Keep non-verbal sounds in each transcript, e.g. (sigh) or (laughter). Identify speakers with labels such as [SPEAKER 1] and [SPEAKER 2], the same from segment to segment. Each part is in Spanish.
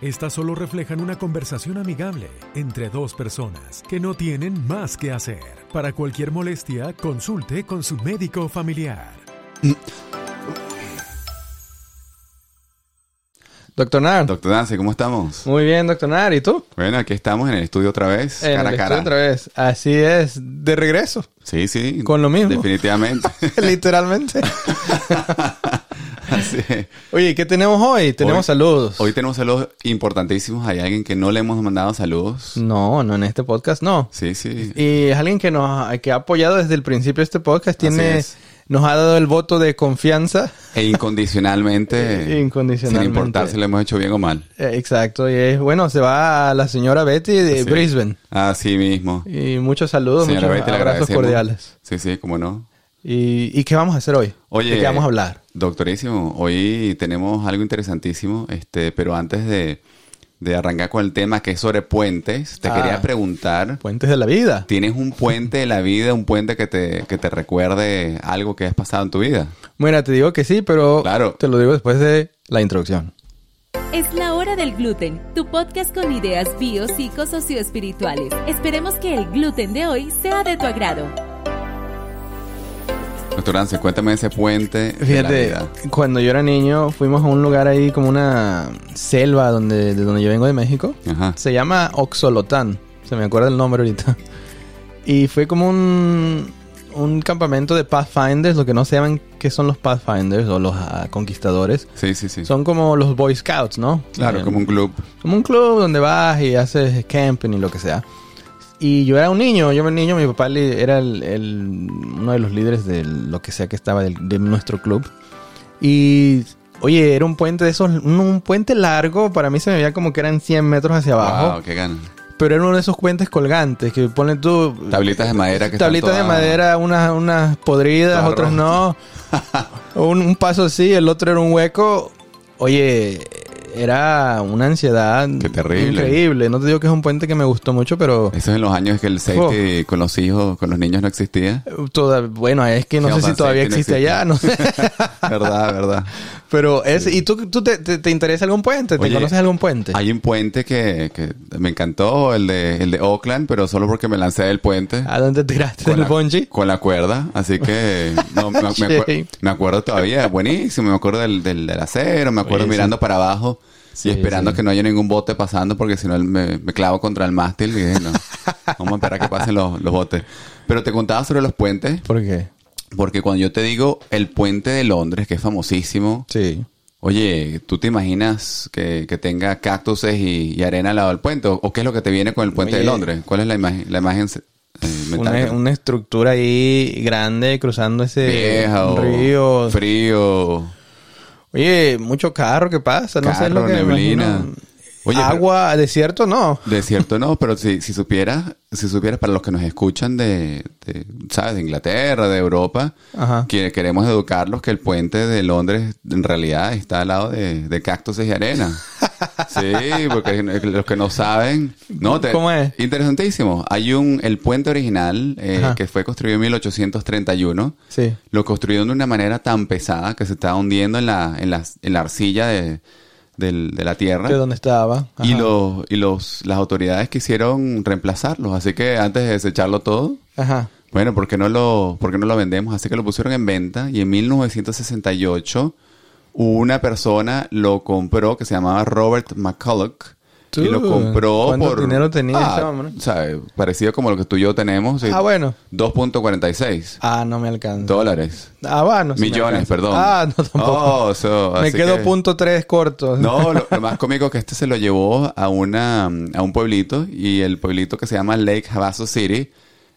[SPEAKER 1] Estas solo reflejan una conversación amigable entre dos personas que no tienen más que hacer. Para cualquier molestia, consulte con su médico familiar.
[SPEAKER 2] Doctor Nard.
[SPEAKER 3] Doctor Dance, ¿cómo estamos?
[SPEAKER 2] Muy bien, doctor Nard. ¿Y tú?
[SPEAKER 3] Bueno, aquí estamos en el estudio otra vez,
[SPEAKER 2] En
[SPEAKER 3] cara
[SPEAKER 2] el
[SPEAKER 3] a
[SPEAKER 2] estudio
[SPEAKER 3] cara.
[SPEAKER 2] otra vez. Así es, de regreso.
[SPEAKER 3] Sí, sí.
[SPEAKER 2] Con lo mismo.
[SPEAKER 3] Definitivamente.
[SPEAKER 2] (laughs)
[SPEAKER 3] (laughs)
[SPEAKER 2] Literalmente.
[SPEAKER 3] Así es.
[SPEAKER 2] Oye, ¿qué tenemos hoy? Tenemos
[SPEAKER 3] Hoy-
[SPEAKER 2] saludos.
[SPEAKER 3] Hoy tenemos saludos importantísimos. Hay alguien que no le hemos mandado saludos.
[SPEAKER 2] No, no en este podcast, no.
[SPEAKER 3] Sí, sí.
[SPEAKER 2] Y es alguien que nos que ha apoyado desde el principio este podcast. Tiene,
[SPEAKER 3] es.
[SPEAKER 2] nos ha dado el voto de confianza. (laughs)
[SPEAKER 3] E incondicionalmente.
[SPEAKER 2] Incondicionalmente.
[SPEAKER 3] Sin importar si le hemos hecho bien o mal.
[SPEAKER 2] Eh, Exacto. Y es, bueno, se va a la señora Betty de
[SPEAKER 3] Sí.
[SPEAKER 2] Brisbane.
[SPEAKER 3] Así mismo.
[SPEAKER 2] Y muchos saludos,
[SPEAKER 3] Señora
[SPEAKER 2] muchos
[SPEAKER 3] Betty, le
[SPEAKER 2] abrazos
[SPEAKER 3] agradecemos.
[SPEAKER 2] cordiales.
[SPEAKER 3] Sí, sí, cómo no.
[SPEAKER 2] ¿Y, ¿Y qué vamos a hacer hoy?
[SPEAKER 3] Oye,
[SPEAKER 2] ¿De qué vamos a hablar?
[SPEAKER 3] Doctorísimo, hoy tenemos algo interesantísimo, este, pero antes de, de arrancar con el tema que es sobre puentes, te
[SPEAKER 2] Ah.
[SPEAKER 3] quería preguntar,
[SPEAKER 2] Puentes de la vida.
[SPEAKER 3] ¿tienes un puente de la vida, un puente que te, que te recuerde algo que has pasado en tu vida?
[SPEAKER 2] Mira, te digo que sí, pero
[SPEAKER 3] Claro.
[SPEAKER 2] te lo digo después de la introducción.
[SPEAKER 4] Es la hora del gluten, tu podcast con ideas bio, psico, socioespirituales. Esperemos que el gluten de hoy sea de tu agrado.
[SPEAKER 3] Doctor Anse, cuéntame ese puente de la
[SPEAKER 2] Fíjate,
[SPEAKER 3] vida.
[SPEAKER 2] cuando yo era niño fuimos a un lugar ahí como una selva donde, de donde yo vengo de México.
[SPEAKER 3] Ajá.
[SPEAKER 2] Se llama Oxolotán, se me acuerda el nombre ahorita. Y fue como un, un campamento de Pathfinders, lo que no se llaman qué son los Pathfinders o los ah, conquistadores.
[SPEAKER 3] Sí, sí, sí.
[SPEAKER 2] Son como los Boy Scouts, ¿no?
[SPEAKER 3] Claro,
[SPEAKER 2] Eh,
[SPEAKER 3] como un club.
[SPEAKER 2] Como un club donde vas y haces camping y lo que sea. Y yo era un niño, yo era un niño, mi papá li- era el, el- uno de los líderes de lo que sea que estaba del- de nuestro club. Y, oye, era un puente de esos, un, un puente largo, para mí se me veía como que eran 100 metros hacia abajo.
[SPEAKER 3] Wow, qué gana.
[SPEAKER 2] Pero era uno de esos puentes colgantes que pone tú...
[SPEAKER 3] Tablitas de madera que están
[SPEAKER 2] Tablitas de
[SPEAKER 3] todas-
[SPEAKER 2] madera, unas, unas podridas,
[SPEAKER 3] todas
[SPEAKER 2] otras
[SPEAKER 3] (laughs)
[SPEAKER 2] no. un, un paso así, el otro era un hueco. Oye, era una ansiedad
[SPEAKER 3] Qué terrible.
[SPEAKER 2] increíble. No te digo que es un puente que me gustó mucho, pero
[SPEAKER 3] Eso es en los años que el
[SPEAKER 2] Oh.
[SPEAKER 3] safety con los hijos, con los niños
[SPEAKER 2] (laughs)
[SPEAKER 3] no existía.
[SPEAKER 2] eh, toda- bueno, es que no
[SPEAKER 3] Sí,
[SPEAKER 2] sé
[SPEAKER 3] o sea,
[SPEAKER 2] si todavía
[SPEAKER 3] sí, no
[SPEAKER 2] existe
[SPEAKER 3] existe.
[SPEAKER 2] allá, no
[SPEAKER 3] (laughs)
[SPEAKER 2] sé.
[SPEAKER 3] verdad, verdad.
[SPEAKER 2] Pero es, ¿y tú, tú te, te- te interesa algún puente? ¿Te
[SPEAKER 3] Oye,
[SPEAKER 2] conoces algún puente?
[SPEAKER 3] Hay un puente que, que me encantó, el de, el de Oakland, pero solo porque me lancé del puente.
[SPEAKER 2] ¿A dónde tiraste el
[SPEAKER 3] la,
[SPEAKER 2] bungee?
[SPEAKER 3] con la cuerda,
[SPEAKER 2] (laughs)
[SPEAKER 3] así que no, me, me acuer-
[SPEAKER 2] Sí.
[SPEAKER 3] me acuerdo todavía, buenísimo, me acuerdo del, del, del acero, me acuerdo
[SPEAKER 2] Oye, sí.
[SPEAKER 3] mirando para abajo
[SPEAKER 2] Sí,
[SPEAKER 3] y esperando
[SPEAKER 2] sí.
[SPEAKER 3] que no haya ningún bote pasando porque si no el- me, me clavo contra el mástil y dije, no, vamos a esperar a que pasen los, los botes. Pero te contaba sobre los puentes,
[SPEAKER 2] ¿Por qué?
[SPEAKER 3] porque cuando yo te digo el puente de Londres, que es famosísimo,
[SPEAKER 2] Sí.
[SPEAKER 3] Oye, ¿tú te imaginas que, que tenga cactuses y, y arena al lado del puente? ¿O qué es lo que te viene con el puente
[SPEAKER 2] Oye.
[SPEAKER 3] de Londres? ¿Cuál es la imagen, la imagen eh, mental?
[SPEAKER 2] Una, una estructura ahí grande cruzando ese
[SPEAKER 3] Vieja o
[SPEAKER 2] río.
[SPEAKER 3] frío,
[SPEAKER 2] Oye, mucho carro que pasa, no sé
[SPEAKER 3] carro,
[SPEAKER 2] lo que me
[SPEAKER 3] neblina.
[SPEAKER 2] imagino.
[SPEAKER 3] Oye,
[SPEAKER 2] Agua, desierto, no.
[SPEAKER 3] pero- de cierto no, pero si, si supieras, si supieras para los que nos escuchan de, de, ¿sabes? De Inglaterra, de Europa,
[SPEAKER 2] Ajá.
[SPEAKER 3] que queremos educarlos que el puente de Londres en realidad está al lado de, de cactuses y arena.
[SPEAKER 2] (laughs)
[SPEAKER 3] Sí, porque los que no saben, no, te-
[SPEAKER 2] ¿Cómo es?
[SPEAKER 3] Interesantísimo. Hay un el puente original eh,
[SPEAKER 2] Ajá.
[SPEAKER 3] que fue construido en 1831.
[SPEAKER 2] Sí.
[SPEAKER 3] Lo construyeron de una manera tan pesada que se estaba hundiendo en la en la, en la arcilla de, del- de la tierra.
[SPEAKER 2] De donde estaba.
[SPEAKER 3] y
[SPEAKER 2] Ajá.
[SPEAKER 3] los y los las autoridades quisieron reemplazarlos, así que antes de desecharlo todo,
[SPEAKER 2] Ajá.
[SPEAKER 3] bueno, ¿por qué no lo, por qué no lo vendemos? Así que lo pusieron en venta y en 1968 una persona lo compró que se llamaba Robert McCulloch.
[SPEAKER 2] Tú,
[SPEAKER 3] Y lo compró
[SPEAKER 2] ¿cuánto
[SPEAKER 3] por...
[SPEAKER 2] dinero tenía
[SPEAKER 3] Ah,
[SPEAKER 2] ese hombre?
[SPEAKER 3] sabe, Parecido como lo que tú y yo tenemos. eh, sí.
[SPEAKER 2] Ah, bueno.
[SPEAKER 3] 2.46
[SPEAKER 2] Ah, no me alcanza.
[SPEAKER 3] dólares.
[SPEAKER 2] Ah, va, no se me
[SPEAKER 3] Millones,
[SPEAKER 2] alcanza.
[SPEAKER 3] perdón.
[SPEAKER 2] Ah, no tampoco.
[SPEAKER 3] Oh, so,
[SPEAKER 2] (laughs) me
[SPEAKER 3] así
[SPEAKER 2] quedo
[SPEAKER 3] que-
[SPEAKER 2] punto tres corto. (laughs)
[SPEAKER 3] No, lo, lo más cómico es que este se lo llevó a una a un pueblito y el pueblito que se llama Lake Havasu City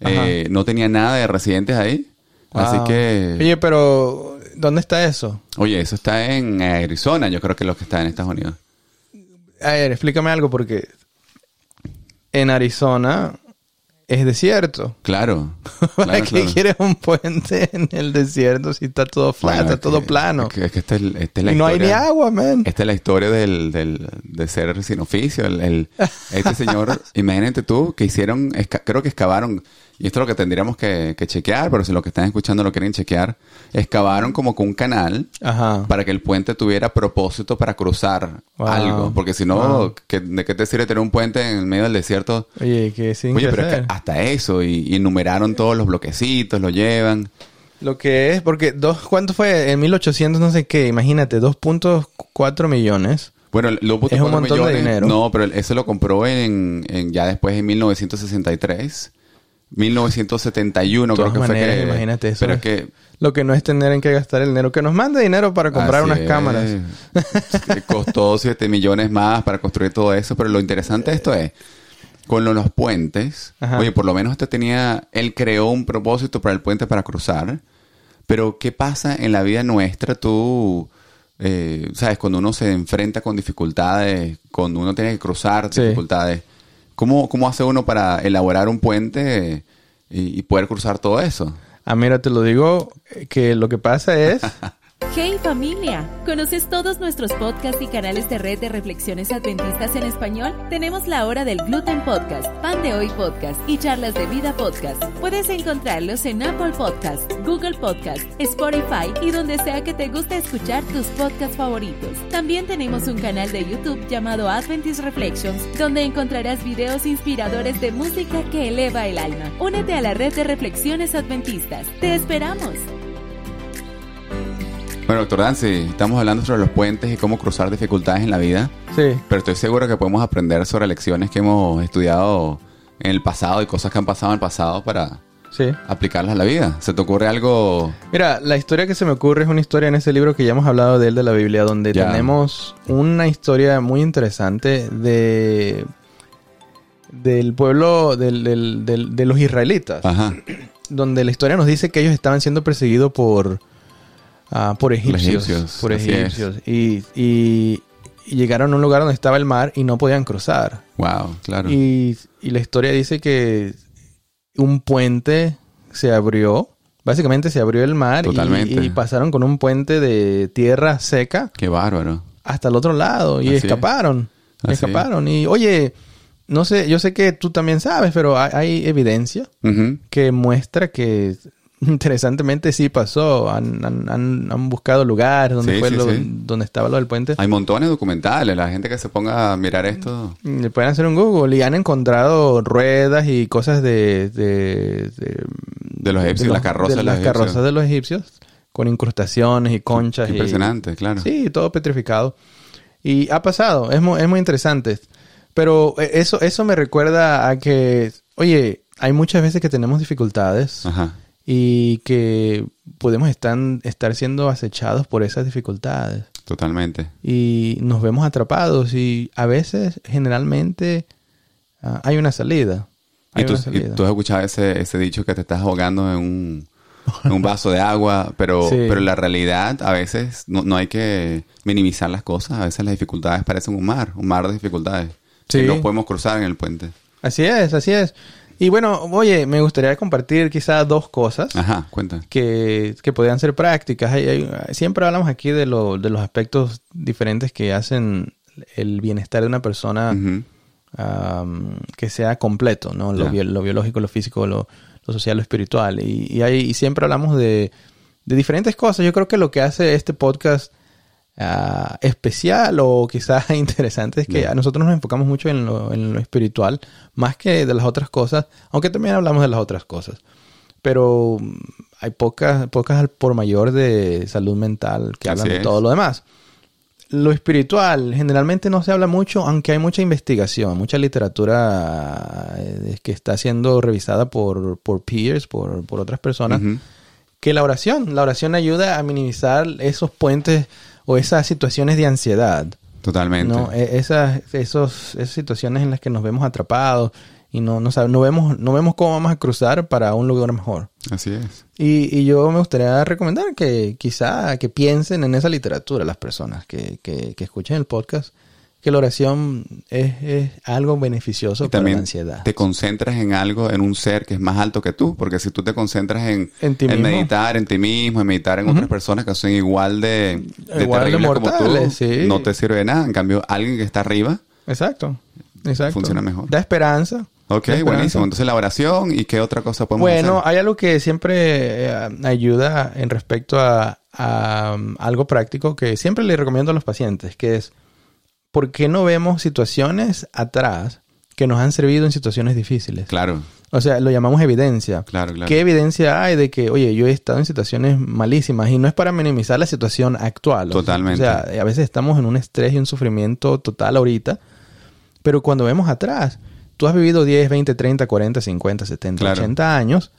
[SPEAKER 3] eh, no tenía nada de residentes ahí.
[SPEAKER 2] Wow.
[SPEAKER 3] Así que,
[SPEAKER 2] Ah. Oye, pero ¿dónde está eso?
[SPEAKER 3] oye, eso está en Arizona, yo creo que los que están en Estados Unidos.
[SPEAKER 2] A ver, explícame algo porque en Arizona es desierto. (laughs)
[SPEAKER 3] Claro.
[SPEAKER 2] ¿Para
[SPEAKER 3] claro,
[SPEAKER 2] qué
[SPEAKER 3] claro.
[SPEAKER 2] quieres un puente en el desierto si está todo flat,
[SPEAKER 3] Bueno,
[SPEAKER 2] está
[SPEAKER 3] es
[SPEAKER 2] todo
[SPEAKER 3] que-
[SPEAKER 2] plano?
[SPEAKER 3] Es que, es que esta es, esta es la
[SPEAKER 2] y no hay ni
[SPEAKER 3] historia-
[SPEAKER 2] agua, man.
[SPEAKER 3] Esta es la historia del, del- de ser sin oficio. El, el-
[SPEAKER 2] (laughs)
[SPEAKER 3] este señor, imagínate tú, que hicieron, esca- creo que excavaron, y esto es lo que tendríamos que, que chequear, pero si lo que están escuchando lo quieren chequear, excavaron como que un canal
[SPEAKER 2] Ajá.
[SPEAKER 3] para que el puente tuviera propósito para cruzar
[SPEAKER 2] Ah. Wow.
[SPEAKER 3] algo. Porque si no,
[SPEAKER 2] Wow.
[SPEAKER 3] ¿qué- ¿de qué te sirve tener un puente en medio del desierto?
[SPEAKER 2] Oye, que sin
[SPEAKER 3] Oye, pero es que ah,
[SPEAKER 2] crecer.
[SPEAKER 3] hasta eso, y, y enumeraron todos los bloquecitos, lo llevan.
[SPEAKER 2] Lo que es, porque dos, ¿cuánto fue? En 1800 no sé qué, imagínate, 2.4 millones.
[SPEAKER 3] Bueno, el- lo puto
[SPEAKER 2] Es un
[SPEAKER 3] cuatro
[SPEAKER 2] montón de dinero.
[SPEAKER 3] No, pero el- eso lo compró en, en- ya después en 1963. 1971
[SPEAKER 2] De todas
[SPEAKER 3] creo que
[SPEAKER 2] maneras,
[SPEAKER 3] fue que...
[SPEAKER 2] imagínate eso. eh.
[SPEAKER 3] Pero
[SPEAKER 2] es
[SPEAKER 3] es que...
[SPEAKER 2] Lo que no es tener en qué gastar el dinero, que nos mande dinero para comprar
[SPEAKER 3] así
[SPEAKER 2] unas
[SPEAKER 3] es.
[SPEAKER 2] cámaras.
[SPEAKER 3] Que Costó 7 millones más para construir todo eso, pero lo interesante de esto es, con lo- los puentes,
[SPEAKER 2] Ajá.
[SPEAKER 3] oye, por lo menos este tenía, él creó un propósito para el puente para cruzar, pero ¿qué pasa en la vida nuestra tú, eh, sabes, cuando uno se enfrenta con dificultades, cuando uno tiene que cruzar
[SPEAKER 2] Sí.
[SPEAKER 3] dificultades? ¿Cómo, ¿Cómo hace uno para elaborar un puente y, y poder cruzar todo eso?
[SPEAKER 2] Ah, mira, te lo digo, eh, que lo que pasa
[SPEAKER 3] (laughs)
[SPEAKER 2] es...
[SPEAKER 4] Hey familia, ¿conoces todos nuestros podcasts y canales de red de reflexiones adventistas en español? Tenemos la hora del gluten podcast, pan de hoy podcast y charlas de vida podcast. Puedes encontrarlos en Apple Podcast, Google Podcast, Spotify y donde sea que te guste escuchar tus podcasts favoritos. También tenemos un canal de YouTube llamado Adventist Reflections, donde encontrarás videos inspiradores de música que eleva el alma. Únete a la red de reflexiones adventistas. Te esperamos.
[SPEAKER 3] Bueno, doctor Dancy, estamos hablando sobre los puentes y cómo cruzar dificultades en la vida.
[SPEAKER 2] sí.
[SPEAKER 3] Pero estoy seguro que podemos aprender sobre lecciones que hemos estudiado en el pasado y cosas que han pasado en el pasado para
[SPEAKER 2] Sí.
[SPEAKER 3] aplicarlas a la vida. ¿Se te ocurre algo?
[SPEAKER 2] Mira, la historia que se me ocurre es una historia en ese libro que ya hemos hablado de él de la Biblia, donde
[SPEAKER 3] Ya.
[SPEAKER 2] tenemos una historia muy interesante de del pueblo del- del- del- de los israelitas,
[SPEAKER 3] Ajá.
[SPEAKER 2] donde la historia nos dice que ellos estaban siendo perseguidos por ah, por egipcios,
[SPEAKER 3] egipcios,
[SPEAKER 2] por
[SPEAKER 3] así es.
[SPEAKER 2] egipcios y, y- y llegaron a un lugar donde estaba el mar y no podían cruzar.
[SPEAKER 3] Wow, claro.
[SPEAKER 2] Y, y la historia dice que un puente se abrió. Básicamente se abrió el mar y-
[SPEAKER 3] Totalmente.
[SPEAKER 2] Y, pasaron con un puente de tierra seca
[SPEAKER 3] Qué bárbaro.
[SPEAKER 2] hasta el otro lado y
[SPEAKER 3] Así es.
[SPEAKER 2] escaparon. Y
[SPEAKER 3] Así es.
[SPEAKER 2] escaparon. Y oye, no sé, yo sé que tú también sabes, pero hay, hay evidencia
[SPEAKER 3] Ujú.
[SPEAKER 2] que muestra que interesantemente sí pasó. Han, han- han- han buscado lugares donde,
[SPEAKER 3] Sí,
[SPEAKER 2] fue
[SPEAKER 3] sí,
[SPEAKER 2] lo-
[SPEAKER 3] sí.
[SPEAKER 2] donde estaba lo del puente.
[SPEAKER 3] Hay montones de documentales. La gente que se ponga a mirar esto.
[SPEAKER 2] Mm, Le pueden hacer un Google y han encontrado ruedas y cosas de... De, de-
[SPEAKER 3] De los egipcios, las carrozas
[SPEAKER 2] de
[SPEAKER 3] de los
[SPEAKER 2] las
[SPEAKER 3] egipcios.
[SPEAKER 2] carrozas de los egipcios. Con incrustaciones y conchas.
[SPEAKER 3] Qué
[SPEAKER 2] y-
[SPEAKER 3] impresionante, claro.
[SPEAKER 2] Sí, todo petrificado. Y ha pasado, es muy, es muy interesante. Pero eh, eso, eso me recuerda a que, oye, hay muchas veces que tenemos dificultades
[SPEAKER 3] Ajá.
[SPEAKER 2] y que podemos estar, estar siendo acechados por esas dificultades
[SPEAKER 3] Totalmente.
[SPEAKER 2] y nos vemos atrapados y a veces generalmente ah, hay una salida. Hay
[SPEAKER 3] Y tú,
[SPEAKER 2] una
[SPEAKER 3] y
[SPEAKER 2] salida.
[SPEAKER 3] tú has escuchado ese, ese dicho que te estás ahogando en un, en un vaso de agua,
[SPEAKER 2] (laughs)
[SPEAKER 3] pero,
[SPEAKER 2] Sí.
[SPEAKER 3] pero la realidad a veces no, no hay que minimizar las cosas, a veces las dificultades parecen un mar, un mar de dificultades.
[SPEAKER 2] Sí.
[SPEAKER 3] Que no podemos cruzar en el puente.
[SPEAKER 2] Así es, así es. Y bueno, oye, me gustaría compartir quizás dos cosas
[SPEAKER 3] Ajá, cuenta.
[SPEAKER 2] que, que podrían ser prácticas. Hay- hay- siempre hablamos aquí de, lo- de los aspectos diferentes que hacen el bienestar de una persona
[SPEAKER 3] Ujú.
[SPEAKER 2] am, que sea completo, ¿no? Lo,
[SPEAKER 3] Ya.
[SPEAKER 2] bio- lo biológico, lo físico, lo, lo social, lo espiritual. Y, y hay- y siempre hablamos de, de diferentes cosas. Yo creo que lo que hace este podcast ah, especial o quizás (laughs) interesante es que
[SPEAKER 3] Ya.
[SPEAKER 2] a nosotros nos enfocamos mucho en lo, en lo espiritual, más que de las otras cosas, aunque también hablamos de las otras cosas. Pero mm, hay pocas, pocas al por mayor de salud mental que hablan
[SPEAKER 3] Así
[SPEAKER 2] de
[SPEAKER 3] es.
[SPEAKER 2] todo lo demás lo espiritual generalmente no se habla mucho, aunque hay mucha investigación, mucha literatura eh, que está siendo revisada por, por peers, por, por otras personas,
[SPEAKER 3] Ujú.
[SPEAKER 2] que la oración, la oración ayuda a minimizar esos puentes o esas situaciones de ansiedad,
[SPEAKER 3] Totalmente.
[SPEAKER 2] ¿no? E- Esas, esos, esas situaciones en las que nos vemos atrapados y no, no, sab- no, vemos, no vemos cómo vamos a cruzar para un lugar mejor.
[SPEAKER 3] Así es.
[SPEAKER 2] Y, y yo me gustaría recomendar que quizá que piensen en esa literatura las personas que, que- que escuchen el podcast que la oración es, es algo beneficioso
[SPEAKER 3] Y
[SPEAKER 2] para la
[SPEAKER 3] también
[SPEAKER 2] ansiedad.
[SPEAKER 3] te concentras en algo, en un ser que es más alto que tú, porque si tú te concentras en,
[SPEAKER 2] En ti mismo.
[SPEAKER 3] meditar, en ti mismo, en meditar en otras personas que son igual de, de
[SPEAKER 2] Igual de
[SPEAKER 3] terribles como tú,
[SPEAKER 2] mortales, sí.
[SPEAKER 3] no te sirve de nada. En cambio, alguien que está arriba,
[SPEAKER 2] Exacto. Exacto.
[SPEAKER 3] Funciona mejor.
[SPEAKER 2] Da esperanza.
[SPEAKER 3] ok,
[SPEAKER 2] Da esperanza.
[SPEAKER 3] buenísimo. Entonces la oración y qué otra cosa podemos
[SPEAKER 2] Bueno,
[SPEAKER 3] hacer.
[SPEAKER 2] hay algo que siempre eh, ayuda en respecto a, a, um, algo práctico que siempre le recomiendo a los pacientes, que es, ¿por qué no vemos situaciones atrás que nos han servido en situaciones difíciles?
[SPEAKER 3] Claro,
[SPEAKER 2] O sea, lo llamamos evidencia.
[SPEAKER 3] Claro, claro.
[SPEAKER 2] ¿Qué evidencia hay de que, oye, yo he estado en situaciones malísimas? Y no es para minimizar la situación actual. O sea,
[SPEAKER 3] Totalmente.
[SPEAKER 2] O sea, a veces estamos en un estrés y un sufrimiento total ahorita. Pero cuando vemos atrás, tú has vivido 10, 20, 30, 40, 50, 70,
[SPEAKER 3] Claro.
[SPEAKER 2] 80 años.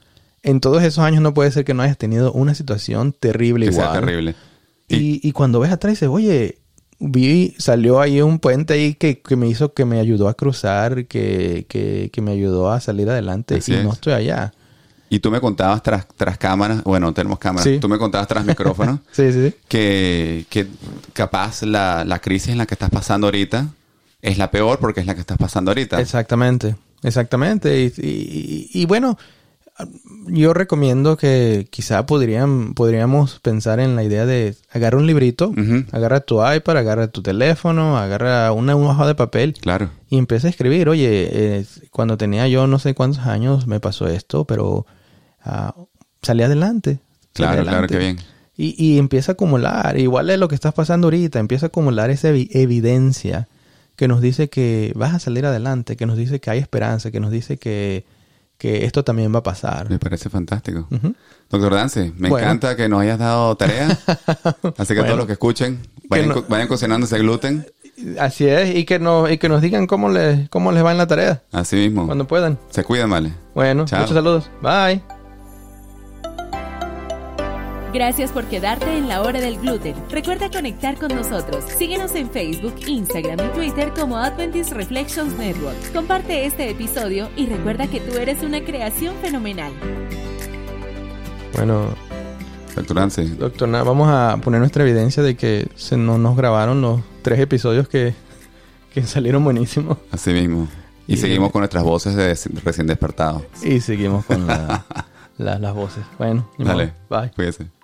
[SPEAKER 2] En todos esos años no puede ser que no hayas tenido una situación terrible
[SPEAKER 3] que
[SPEAKER 2] igual.
[SPEAKER 3] sea terrible. Y,
[SPEAKER 2] Y, y cuando ves atrás dices, oye, vi, salió ahí un puente ahí que, que me hizo, que me ayudó a cruzar, que, que, que me ayudó a salir adelante
[SPEAKER 3] Así
[SPEAKER 2] y no
[SPEAKER 3] es.
[SPEAKER 2] estoy allá.
[SPEAKER 3] y tú me contabas tras, tras cámaras, bueno, no tenemos cámaras,
[SPEAKER 2] Sí.
[SPEAKER 3] tú me contabas tras
[SPEAKER 2] (laughs)
[SPEAKER 3] micrófono
[SPEAKER 2] Sí, sí, sí.
[SPEAKER 3] que, que capaz la, la crisis en la que estás pasando ahorita es la peor porque es la que estás pasando ahorita.
[SPEAKER 2] Exactamente, exactamente. Y, y- y- y bueno, yo recomiendo que quizá podrían, podríamos pensar en la idea de agarra un librito,
[SPEAKER 3] Ujú.
[SPEAKER 2] agarra tu iPad, agarra tu teléfono, agarra una hoja de papel
[SPEAKER 3] Claro.
[SPEAKER 2] Y empecé a escribir, oye, eh, cuando tenía yo no sé cuántos años me pasó esto, pero ah, salí adelante. salí
[SPEAKER 3] Claro, claro,
[SPEAKER 2] adelante.
[SPEAKER 3] qué bien.
[SPEAKER 2] Y, y empieza a acumular, igual es lo que estás pasando ahorita, empieza a acumular esa evi- evidencia que nos dice que vas a salir adelante, que nos dice que hay esperanza, que nos dice que, que esto también va a pasar.
[SPEAKER 3] Me parece fantástico.
[SPEAKER 2] Ujú.
[SPEAKER 3] Doctor Dance, me
[SPEAKER 2] Bueno.
[SPEAKER 3] encanta que nos hayas
[SPEAKER 2] (laughs)
[SPEAKER 3] dado tarea. Así que
[SPEAKER 2] Bueno.
[SPEAKER 3] todos los que escuchen, vayan,
[SPEAKER 2] no-
[SPEAKER 3] co- vayan cocinando ese gluten.
[SPEAKER 2] Así es, y que, nos, y que nos digan cómo les, cómo les va en la tarea,
[SPEAKER 3] Así mismo.
[SPEAKER 2] cuando puedan.
[SPEAKER 3] Se cuidan, vale.
[SPEAKER 2] Bueno,
[SPEAKER 3] Oh. Chao.
[SPEAKER 2] muchos saludos. Bye.
[SPEAKER 4] Gracias por quedarte en la hora del gluten. Recuerda conectar con nosotros. Síguenos en Facebook, Instagram y Twitter como Adventist Reflections Network. Comparte este episodio y recuerda que tú eres una creación fenomenal.
[SPEAKER 2] Bueno,
[SPEAKER 3] Doctor Dance.
[SPEAKER 2] Doctor, Na- vamos a poner nuestra evidencia de que se no- nos grabaron los tres episodios que, que salieron buenísimos.
[SPEAKER 3] Así mismo. Y
[SPEAKER 2] Y- eh,
[SPEAKER 3] seguimos con nuestras voces de des- recién despertados.
[SPEAKER 2] Y seguimos con la- la- las voces. Bueno, ni
[SPEAKER 3] Dale.
[SPEAKER 2] modo. Bye.
[SPEAKER 3] Cuídense.